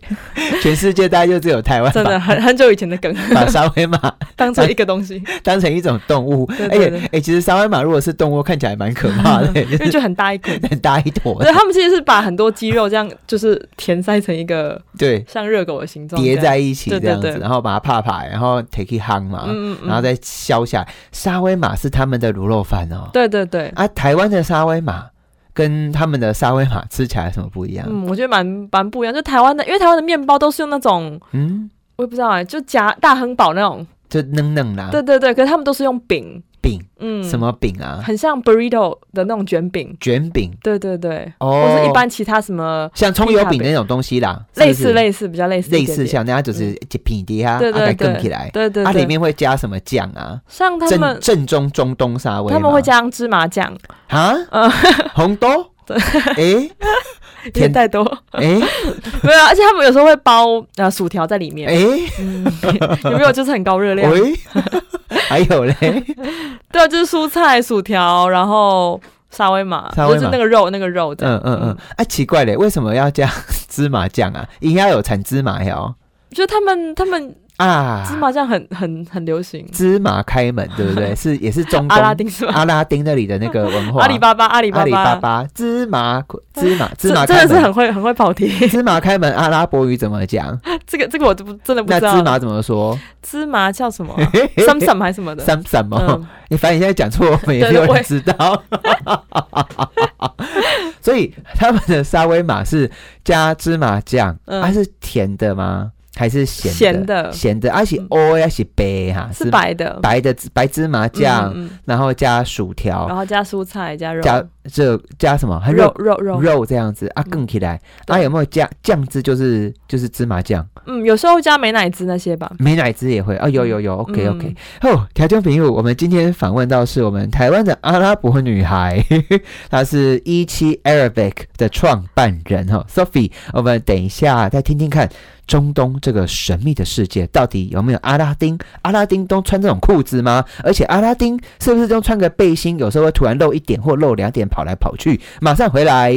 全世界大概就只有台湾真的把很很久以前的梗，把沙威玛 [LAUGHS] 当做一个东西，当成一种动物，对对而对且哎、其实沙威玛如果是动物，看起来蛮可怕 [LAUGHS] 的、就因为是就很大一捆。很大一坨 [LAUGHS] 对，，他们其实是把很多鸡肉这样，就是填塞成一个对，像热狗的形状，叠这样。在一起对这对样子，对然后把它啪啪，然后 take it hang 嘛，嗯嗯嗯，然后再削下来。沙威玛是他们的卤肉饭哦，对对对，啊，台湾的沙威玛跟他们的沙威玛吃起来有什么不一样？嗯，我觉得蛮蛮不一样。就台湾的，因为台湾的面包都是用那种，嗯，我也不知道哎、就夹大亨堡那种，就嫩嫩啦，对对对，可是他们都是用饼，饼嗯，啊什么饼啊？很像 burrito 的那种卷饼，卷饼对对对，哦，或是一般其他什么像葱油饼 pita 那种东西啦，类似类类似比较类似类一点似点，像，那它就是一片底下，嗯对它对再对更起来，对对它对，里面会加什么酱啊？像他正们正宗中东沙威吗，他们会加嗯芝麻酱，啊，红 [LAUGHS] 豆，诶有点甜太多， [LAUGHS] 诶没有啊，而且他们有时候会包呃薯条在里面，诶，嗯， [LAUGHS] 有没有就是很高热量？ [LAUGHS] 喂，还有嘞，对啊，就是蔬菜、薯条，然后沙威玛，沙威玛就是那个肉那个肉这样嗯嗯嗯，啊，奇怪嘞，为什么要加芝麻酱啊？应该有产芝麻哟就他们他们啊，芝麻酱很很很流行，芝麻开门，对不 [LAUGHS] 对？是也是中东阿拉丁是吧？阿拉丁那里的那个文化，阿里巴巴，阿里啊阿巴里巴巴，巴芝麻芝麻芝麻这真开的是门。很会很会跑题。 [LAUGHS] 芝麻开门，阿拉伯语怎么讲？这个这个我都不真的不那知道。芝麻怎么说？芝麻叫 [LAUGHS] 什 [LAUGHS] 么啊？sam sam 还是什么的？三什么嗯？你反正你现在讲错，我们也没有对对我人也知道。 [LAUGHS] 所以他们的沙威玛是加芝麻酱，它、嗯是甜的吗？还是咸的？咸的嗯咸的，而、啊、且 O 还是白哈、是白的，白的白芝麻酱，嗯嗯然后加薯嗯然条，后加蔬菜加肉，加这加什么？还肉肉肉，嗯肉这样子啊，更起来。啊，有没有加酱汁？就是就是芝麻酱，嗯，有时候加美乃滋那些吧。美乃滋也会啊，有有有，OK 嗯 OK。哦，条件朋友，我们今天访问到是我们台湾的阿拉伯女孩， [LAUGHS] 她是一期 Arabic 的创办人哈、哦、，Sophie。我们等一下再听听看中东这个神秘的世界到底有没有阿拉丁？阿拉丁都穿这种裤子吗？而且阿拉丁是不是都穿个背心，有时候会突然露一点或露两点跑来跑去？马上回来。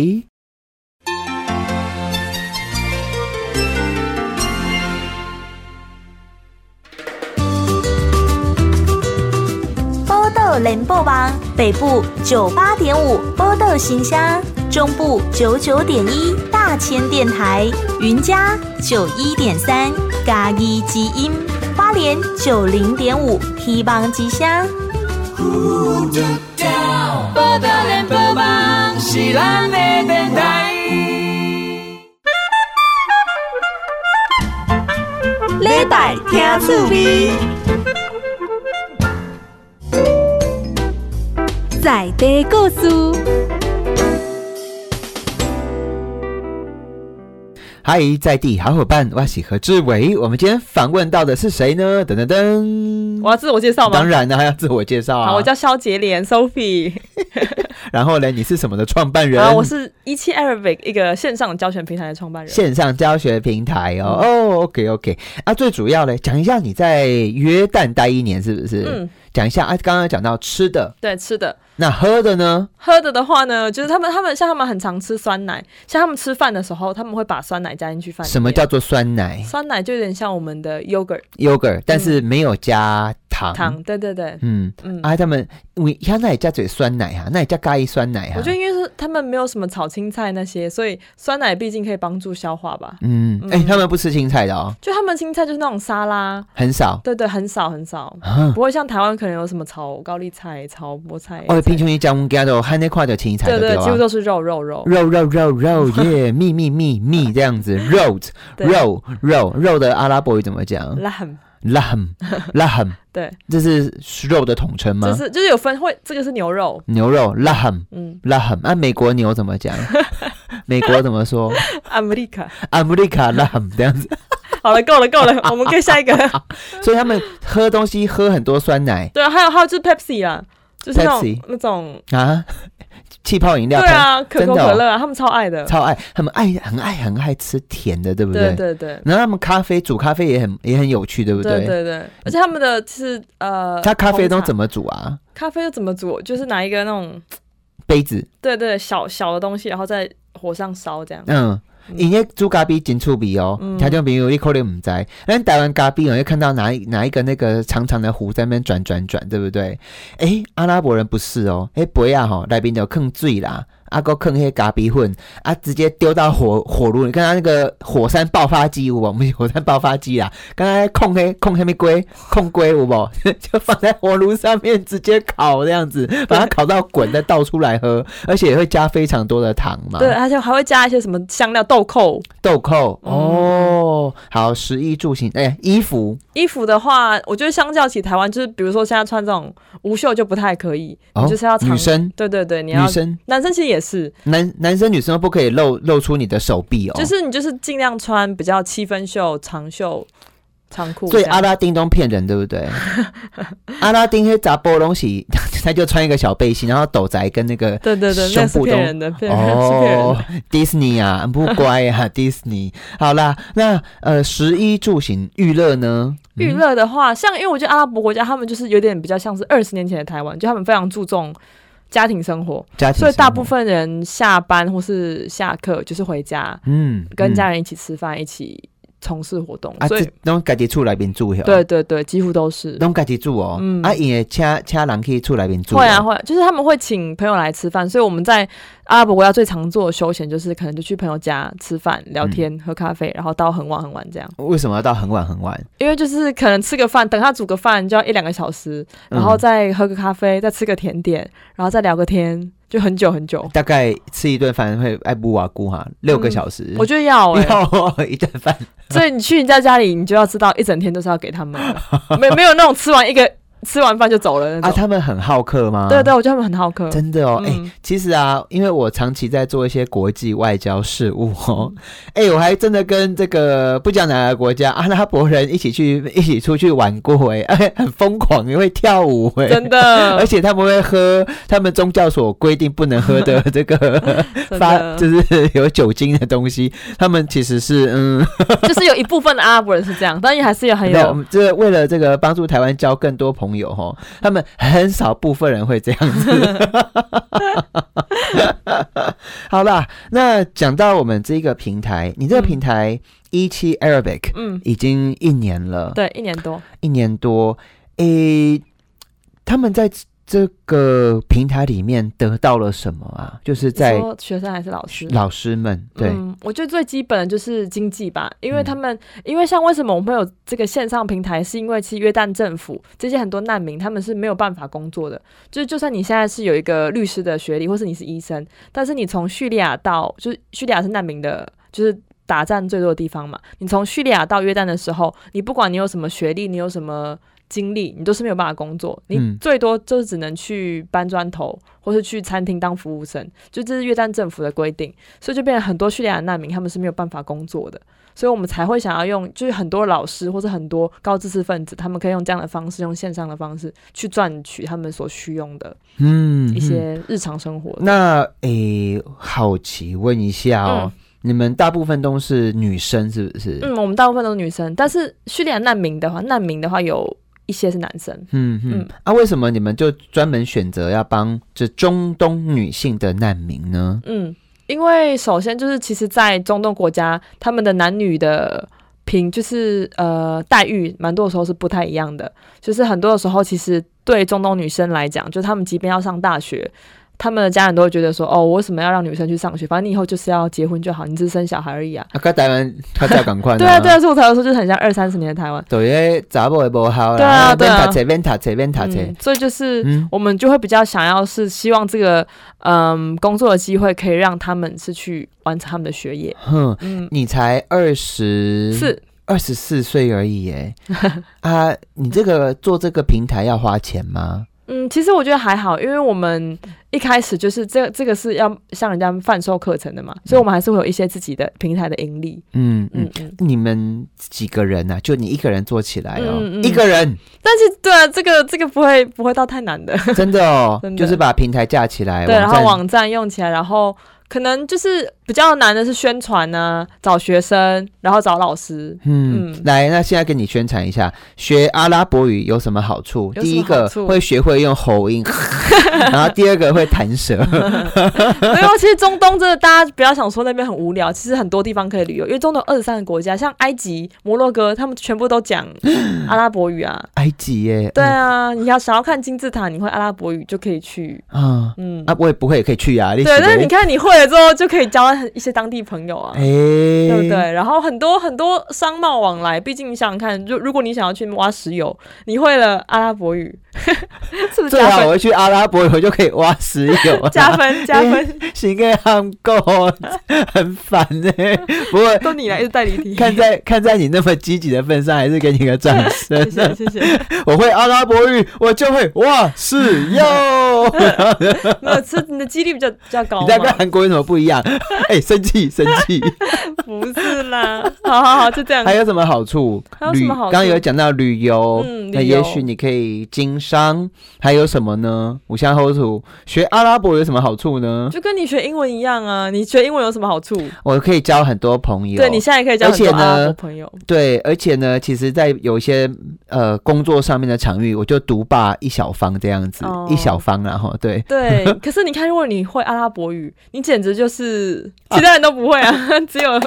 波豆联播网北部九八点五波豆新乡，中部九九点一大千电台，云嘉九一点三咖喱基因，花莲九零点五希望之乡。报道联播网是咱的电台。礼拜听趣味。在地故事。嗨，在地好伙伴，我是何志伟。我们今天访问到的是谁呢？噔噔噔，我要自我介绍吗？当然呢，还要自我介绍啊。好，我叫肖杰莲 Sophie，然后呢，你是什么的创办人？啊，我是一期 Arabic 一个线上教学平台的创办人。线上教学平台嗯哦。哦，OK OK。啊，最主要呢，讲一下你在约旦待一年是不是？嗯，讲一下啊，刚刚讲到吃的，对，吃的。那喝的呢？喝的的话呢，就是他们他们像他们很常吃酸奶，像他们吃饭的时候，他们会把酸奶加进去饭里面。什么叫做啊酸奶酸奶？就有点像我们的 yogurt yogurt，但是没有加糖。嗯糖，对对对，嗯，嗯。啊，他们，你看那也加嘴酸奶哈、啊，那也加咖喱酸奶哈、我觉得应该是他们没有什么炒青菜那些，所以酸奶毕竟可以帮助消化吧。嗯，哎、他们不吃青菜的哦，就他们青菜就是那种沙拉，很少。对对，很少很少，啊不会像台湾可能有什么炒高丽菜、炒菠菜。哦，平菜常你讲物件都汉那块的青菜对就对，了几乎都是肉肉肉。肉肉肉肉 [LAUGHS] 耶，蜜蜜蜜蜜这样子，肉对肉肉肉的阿拉伯语怎么讲辣很 [LAUGHS] ？lahm lahm，对，这是肉的统称吗就？是就是有分会，这个是牛肉，牛肉 lahm 嗯 lahm，那美国牛怎么 [LAUGHS] 讲？美国怎么说，America。 ？America lahm 这样子，好了，够了够 [LAUGHS] 了，我们可以下一个。所以他们喝东西喝很多酸奶对，啊还有还有就是 Pepsi 啦，就是那 Pepsi 种那种，啊，气泡饮对料，啊，可真的口哦可乐啊，他们超爱的。超爱，他们爱很爱很爱吃甜的，对不对对对。然后他们咖啡煮咖啡也很也很有趣，对不对对对，而且他们的其实呃，他咖啡都怎么么煮啊？咖啡都怎么煮？就是拿一个那种杯子，对对小小的东西，然后在火上烧这样。嗯嗯，因为煮咖啡真趣味哦，条件比如你可能唔知，但台湾咖啡我就看到拿一拿一个那个长长的壶在那边转转转，对不对？诶，阿拉伯人不是哦，诶，不要吼，来宾就坑醉啦。啊阿哥坑黑咖啡混啊，直接丢到火火炉。你看他那个火山爆发机有无？我 [LAUGHS] 们火山爆发机啦，刚才控黑控黑咪龟控龟有无？ [LAUGHS] 就放在火炉上面直接烤这样子，把它烤到滚，再倒出来喝，而且也会加非常多的糖嘛。对，而且还会加一些什么香料、豆蔻。豆嗯蔻哦，好，食衣住行，哎、衣服衣服的话，我觉得相较起台湾，就是比如说现在穿这种无袖就不太可以，哦你就是要长女生对对对，你要女生男生其实也是，男男生女生都不可以露露出你的手臂哦，就是你就是尽量穿比较七分袖、长袖、长裤这所以样。阿拉丁都骗人，对不 [LAUGHS] 对？阿拉丁黑砸波东西， [LAUGHS] 他就穿一个小背心，然后斗宅跟那个对对对，胸那是部都骗人的，骗人的是骗人哦的。迪士尼啊，不乖 [LAUGHS] 呀、迪士尼。好啦，那呃，食衣住行娱乐呢？娱乐的话，像因为我觉得阿拉伯国家他们就是有点比较像是二十年前的台湾，就他们非常注重家庭生活，家庭，所以大部，分人下班或是下课就是回家，嗯，跟家人、人一起吃饭，一起从事活动，啊，所以这拢家己厝内面住，哦对，对对，几乎都是。拢家己住哦。嗯啊，因为请请人去厝内面住哦。会啊会啊，就是他们会请朋友来吃饭，所以我们在阿拉伯国家最常做的休闲就是可能就去朋友家吃饭、嗯聊天、喝咖啡，然后到很晚很晚这样。为什么要到很晚很晚？因为就是可能吃个饭，等他煮个饭就要一两个小时，然嗯后再喝个咖啡，再吃个甜点，然后再聊个天，就很久很久。大概吃一顿饭会爱不瓦姑哈，六个小时。我觉得要哎、 [LAUGHS] 要哦一顿饭，所以你去人家家里，你就要知道一整天都是要给他们的，没没有那种吃完一个吃完饭就走了那啊，种。他们很好客吗？对对，我觉得他们很好客。真的哦，哎、嗯其实啊，因为我长期在做一些国际外交事务哦， [LAUGHS] 哎、我还真的跟这个不讲哪个国家阿拉伯人一起去一起出去玩过哎、哎 [LAUGHS] 很疯狂，因为跳舞 [LAUGHS] 哎、真而的，且他们会喝他们宗教所规定不能喝的这个 [LAUGHS] 真发，的就是有酒精的东西，他们其实是嗯， [LAUGHS] 就是有一部分的阿拉伯人是这样，但也还是有很那我有们这为了这个帮助台湾交更多朋友哈，他们很少部分人会这样子。 [LAUGHS] 好啦，那讲到我们这个平台，你这个平台一期 Arabic 嗯，已经一年了，对，一年多。一年多，诶、他们在这个平台里面得到了什么啊？就是你在说学生还是老师？老师们对，嗯，我觉得最基本的就是经济吧，因为嗯他们，因为像为什么我们会有这个线上平台，是因为其实约旦政府这些很多难民他们是没有办法工作的，就是就算你现在是有一个律师的学历，或是你是医生，但是你从叙利亚到就是叙利亚是难民的，就是。打战最多的地方嘛，你从叙利亚到约旦的时候，你不管你有什么学历，你有什么经历，你都是没有办法工作，你嗯最多就是只能去搬砖头，或是去餐厅当服务生，就这是约旦政府的规定。所以就变成很多叙利亚难民他们是没有办法工作的，所以我们才会想要用，就是很多老师或者很多高知识分子，他们可以用这样的方式，用线上的方式去赚取他们所需用的嗯一嗯些日常生活。那诶、好奇问一下嗯哦，你们大部分都是女生是不是？嗯，我们大部分都是女生，但是叙利亚难民的话，难民的话有一些是男生。嗯嗯嗯，啊，为什么你们就专门选择要帮这中东女性的难民呢？嗯，因为首先就是，其实，在中东国家，他们的男女的平就是呃待遇，蛮多的时候是不太一样的。就是很多的时候，其实对中东女生来讲，就是他们即便要上大学，他们的家人都会觉得说，哦，我为什么要让女生去上学？反正你以后就是要结婚就好，你只是生小孩而已啊。啊，甲台湾较早共款。 [LAUGHS] 对啊，对啊，所以我才会说，就是很像二三十年的台湾。对迄查某的无效对啊啦，对啊免读册，免读册，免读嗯册。，所以就是、嗯我们就会比较想要是希望这个嗯工作的机会可以让他们是去完成他们的学业。哼，嗯，你才二十是二十四岁而已 [LAUGHS] 耶。啊，你这个做这个平台要花钱吗？嗯，其实我觉得还好，因为我们一开始就是这这个是要向人家贩售课程的嘛，所以我们还是会有一些自己的平台的盈利。嗯嗯嗯，嗯，你们几个人啊？就你一个人做起来哦，嗯嗯嗯一个人但是对啊，这个这个不会不会到太难 [LAUGHS] 的，真的哦，真的就是把平台架起来，对，然后站网站用起来，然后可能就是比较难的是宣传呢、找学生，然后找老师。嗯嗯，来，那现在跟你宣传一下，学阿拉伯语有什么好处？有什么第一个好处会学会用喉 [LAUGHS] 音，然后第二个会弹舌。 [LAUGHS] 没有，其实中东真的大家不要想说那边很无聊，其实很多地方可以旅游，因为中东二十三个国家，像埃及、摩洛哥，他们全部都讲阿拉伯语啊。埃及耶，对啊，你要想要看金字塔，你会阿拉伯语就可以去，嗯，啊嗯，啊，我也不会也可以去啊。对对。但是你，看你会了之后，就可以交到一些当地朋友啊。哎，对对不？对？然后很多很多商贸往来，毕竟你想想看，就如果你想要去挖石油，你会了阿拉伯语， [LAUGHS] 是不是最加好分？。啊我去阿拉伯语，我就可以挖石油啊 [LAUGHS] 加分加分，是因为他们够很烦呢。不 [LAUGHS] 过都你来一直带离题。看在看在你那么积极的份上，还是给你个掌声。谢谢谢谢。我会阿拉伯语，我就会挖石 [LAUGHS] 油。没有，是你的几率比较比较高你在跟嘛？韩国有什么不一样？哎、生气生 [LAUGHS] 气，不是啦，好好好，就这样还。有什么好处？还有旅什么好刚处刚有讲到旅游，嗯那旅游也许你可以经商，还有什么呢？五项后土学阿拉伯有什么好处呢？就跟你学英文一样啊，你学英文有什么好处？我可以交很多朋友，对你现在可以交很多而且呢阿拉伯 [LAUGHS] 朋友，对，而且呢，其实，在有一些呃工作上面的场域，我就独霸一小方这样子，哦一小方然后对，对。可是你看，如果你会阿拉伯语，你简直就是其他人都不会啊，只有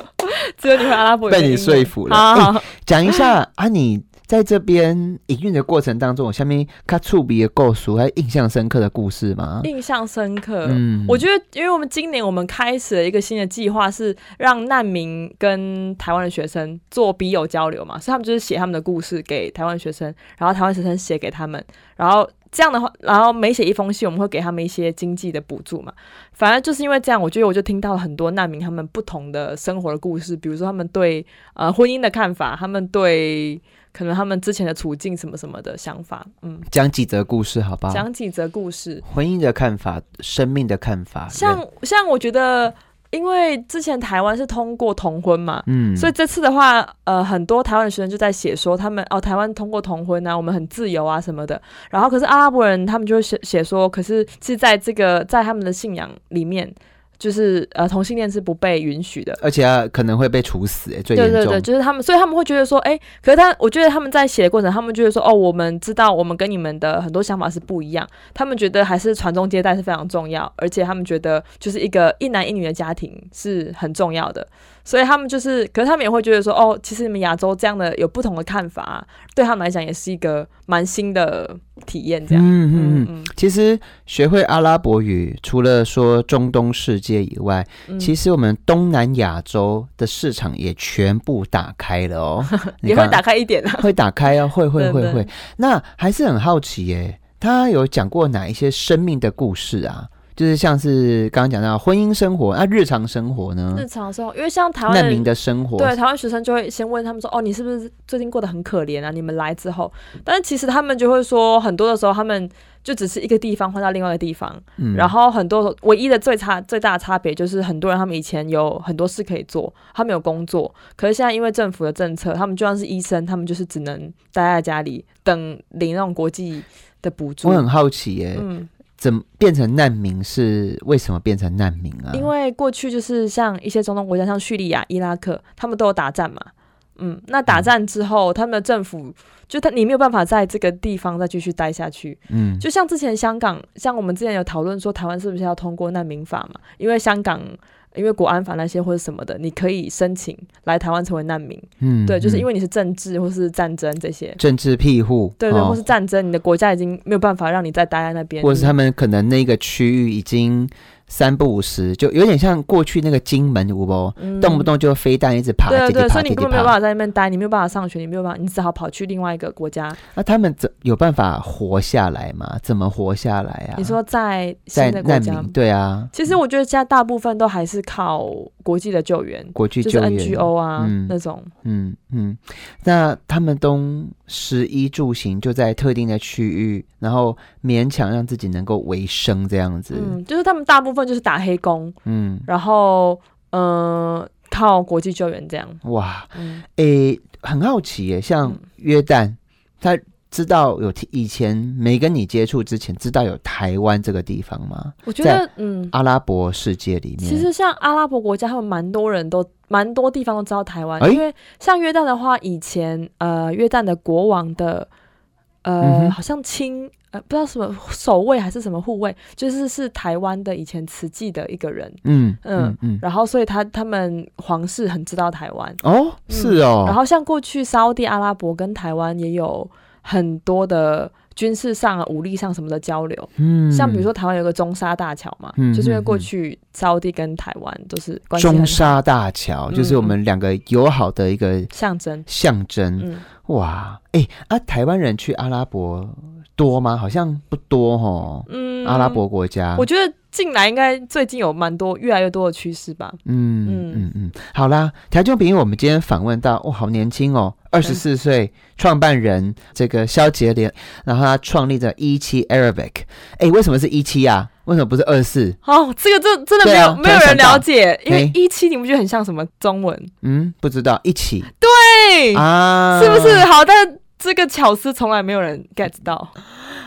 只有你会阿拉伯语跟被英文。你说服了。哎好好好，讲一 [LAUGHS] 下啊，你在这边营运的过程当中，有下面卡触鼻的构熟，还有印象深刻的故事吗？印象深刻。嗯我觉得，因为我们今年我们开始了一个新的计划，是让难民跟台湾的学生做笔友交流嘛，所以他们就是写他们的故事给台湾学生，然后台湾学生写给他们，然后这样的话，然后每写一封信，我们会给他们一些经济的补助嘛。反正就是因为这样，我觉得我就听到了很多难民他们不同的生活的故事，比如说他们对呃婚姻的看法，他们对可能他们之前的处境什么什么的想法，嗯，讲几则故事，好吧？讲几则故事。婚姻的看法、生命的看法，人像像我觉得，因为之前台湾是通过同婚嘛。嗯，所以这次的话，呃，很多台湾的学生就在写说，他们哦，台湾通过同婚啊，我们很自由啊什么的。然后，可是阿拉伯人他们就会写写说，可是是在这个在他们的信仰里面，就是呃，同性恋是不被允许的。而且、啊、可能会被处死、哎最严对重。对对，就是他们，所以他们会觉得说，哎、可是他，我觉得他们在写的过程，他们觉得说，哦，我们知道我们跟你们的很多想法是不一样，他们觉得还是传宗接代是非常重要，而且他们觉得就是一个一男一女的家庭是很重要的，所以他们就是，可是他们也会觉得说，哦，其实你们亚洲这样的有不同的看法、对他们来讲也是一个蛮新的体验，这样，嗯嗯嗯嗯。嗯其实学会阿拉伯语，除了说中东世界以外，嗯，其实我们东南亚洲的市场也全部打开了 [LAUGHS] 哦。你也会看打开一点啊。 [LAUGHS] 会打开哦，会会对会对会。那还是很好奇耶，他有讲过哪一些生命的故事啊？就是像是刚刚讲到婚姻生活，那、日常生活呢？日常生活，因为像台湾难人民的生活，对，台湾学生就会先问他们说：“哦，你是不是最近过得很可怜啊？你们来之后，但是其实他们就会说，很多的时候他们就只是一个地方换到另外一个地方，嗯然后很多唯一的最差最大的差别就是很多人他们以前有很多事可以做，他们有工作，可是现在因为政府的政策，他们就算是医生，他们就是只能待在家里等领那种国际的补助我。很好奇耶，嗯，怎么变成难民是为什么变成难民啊？因为过去就是像一些中东国家，像叙利亚、伊拉克，他们都有打仗嘛。嗯，那打战之后，他们的政府就他你没有办法在这个地方再继续待下去。嗯，就像之前香港，像我们之前有讨论说，台湾是不是要通过难民法嘛？因为香港。因为国安法那些或者什么的，你可以申请来台湾成为难民。嗯对，就是因为为你是政治或是战争这些，政治庇护，对对，哦或是战争，你的国家已经没有办法让你再待在那边。或者是他们可能那个区域已经三不五时，就有点像过去那个金门，有无？嗯动不动就飞弹一直爬，对叽对，叽爬，所以你叽根叽本没有办爬。法在那边待，你没有办法上学，你没有办法，你只好跑去另外一个国家。那他们怎有办法活下来吗？怎么活下来啊？你说在在新的国难家民，，对啊，其实我觉得现在大部分都还是靠国际的救援，国际就是救援 NGO 啊嗯那种。嗯嗯，那他们东食衣住行就在特定的区域，然后勉强让自己能够维生这样子。嗯，就是他们大部分就是打黑工，嗯，然后嗯、呃靠国际救援这样。哇，嗯，诶、很好奇耶，像嗯约旦，他知道有以前没跟你接触之前，知道有台湾这个地方吗？我觉在得嗯。阿拉伯世界里面，其实像阿拉伯国家，他们蛮多人都蛮多地方都知道台湾，哎因为像约旦的话，以前呃约旦的国王的嗯呃、哼好像亲呃不知道什么守卫还是什么护卫，就是是台湾的以前慈济的一个人，嗯嗯嗯嗯，然后所以他他们皇室很知道台湾，哦，是哦，然后像过去沙烏地阿拉伯跟台湾也有很多的军事上、啊、武力上什么的交流，嗯，像比如说台湾有个中沙大桥嘛，嗯就是因为嗯过嗯去沙烏地跟台湾都是关系很中好沙大桥，就是我们两个友好的一个象征。象征。嗯，哇，诶，啊，台湾人去阿拉伯多吗？好像不多哦。嗯阿拉，伯国家，我觉得近来应该最近有蛮多越来越多的趋势吧。嗯嗯嗯嗯，好啦，台中平，我们今天访问到，哇、好年轻哦，嗯二十四岁，创办人这个肖杰连，然后他创立的一期 Arabic，哎，为什么是一期啊？为什么不是二四？哦，这个真真的对没有、啊没有突然人想到了解，因为哎一期你不觉得很像什么中文？嗯，不知道，一起对，啊，是不是？？好，但这个巧思从来没有人 get 到。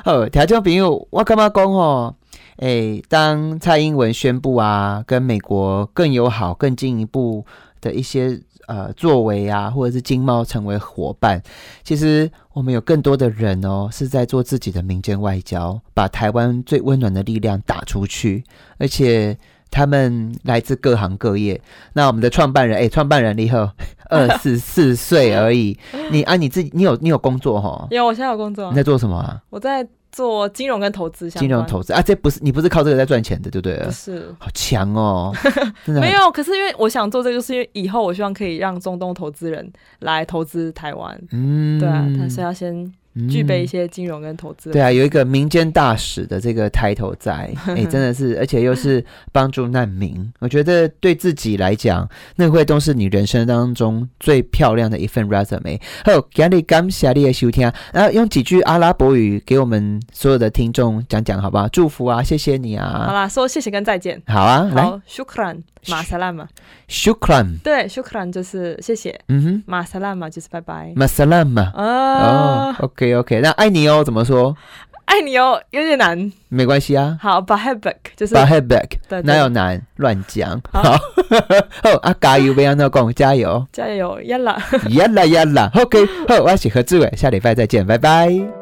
好，听众朋友，我干嘛讲哦？诶，当蔡英文宣布啊，跟美国更友好、更进一步的一些呃作为啊，或者是经贸成为伙伴，其实我们有更多的人哦，是在做自己的民间外交，把台湾最温暖的力量打出去，而且。他们来自各行各业。那我们的创办人，诶，创办人你好，二十四岁而已。你啊，你自己，你有你有工作哈？ [LAUGHS] 有，我现在有工作啊你，在做什么啊？我在做金融跟投资相关。金融投啊资啊，这不是你不是靠这个在赚钱的，对不对？不是。好强 [LAUGHS] 哦，真的很没有，可是因为我想做这个，就是因为以后我希望可以让中东投资人来投资台湾，嗯，对啊，他是要先嗯具备一些金融跟投资的对啊，有一个民间大使的这个抬头 [LAUGHS] 在，哎，真的是，而且又是帮助难民，我觉得对自己来讲，那会都是你人生当中最漂亮的一份 resume。好，今日感谢你的收听，然后用几句阿拉伯语给我们所有的听众讲讲，好不好？祝福啊，谢谢你好啊，啦，说谢谢跟再见。好啊，来好，shukran，马萨拉嘛， ，shukran，对，shukran 就是谢谢，嗯马萨拉嘛就是拜拜哼。，masalam。哦啊， ，OK OK，那爱你哦怎么说？爱你哦，有点难。没关系啊好 b a h e b e k 就是呃，But head back，对对哪有难乱讲？好， [LAUGHS] 好好啊，加油，不要那讲，加油 [LAUGHS] ，加油，呀啦。呀啦呀啦，OK，好，我是何志伟，下礼拜再见，拜拜。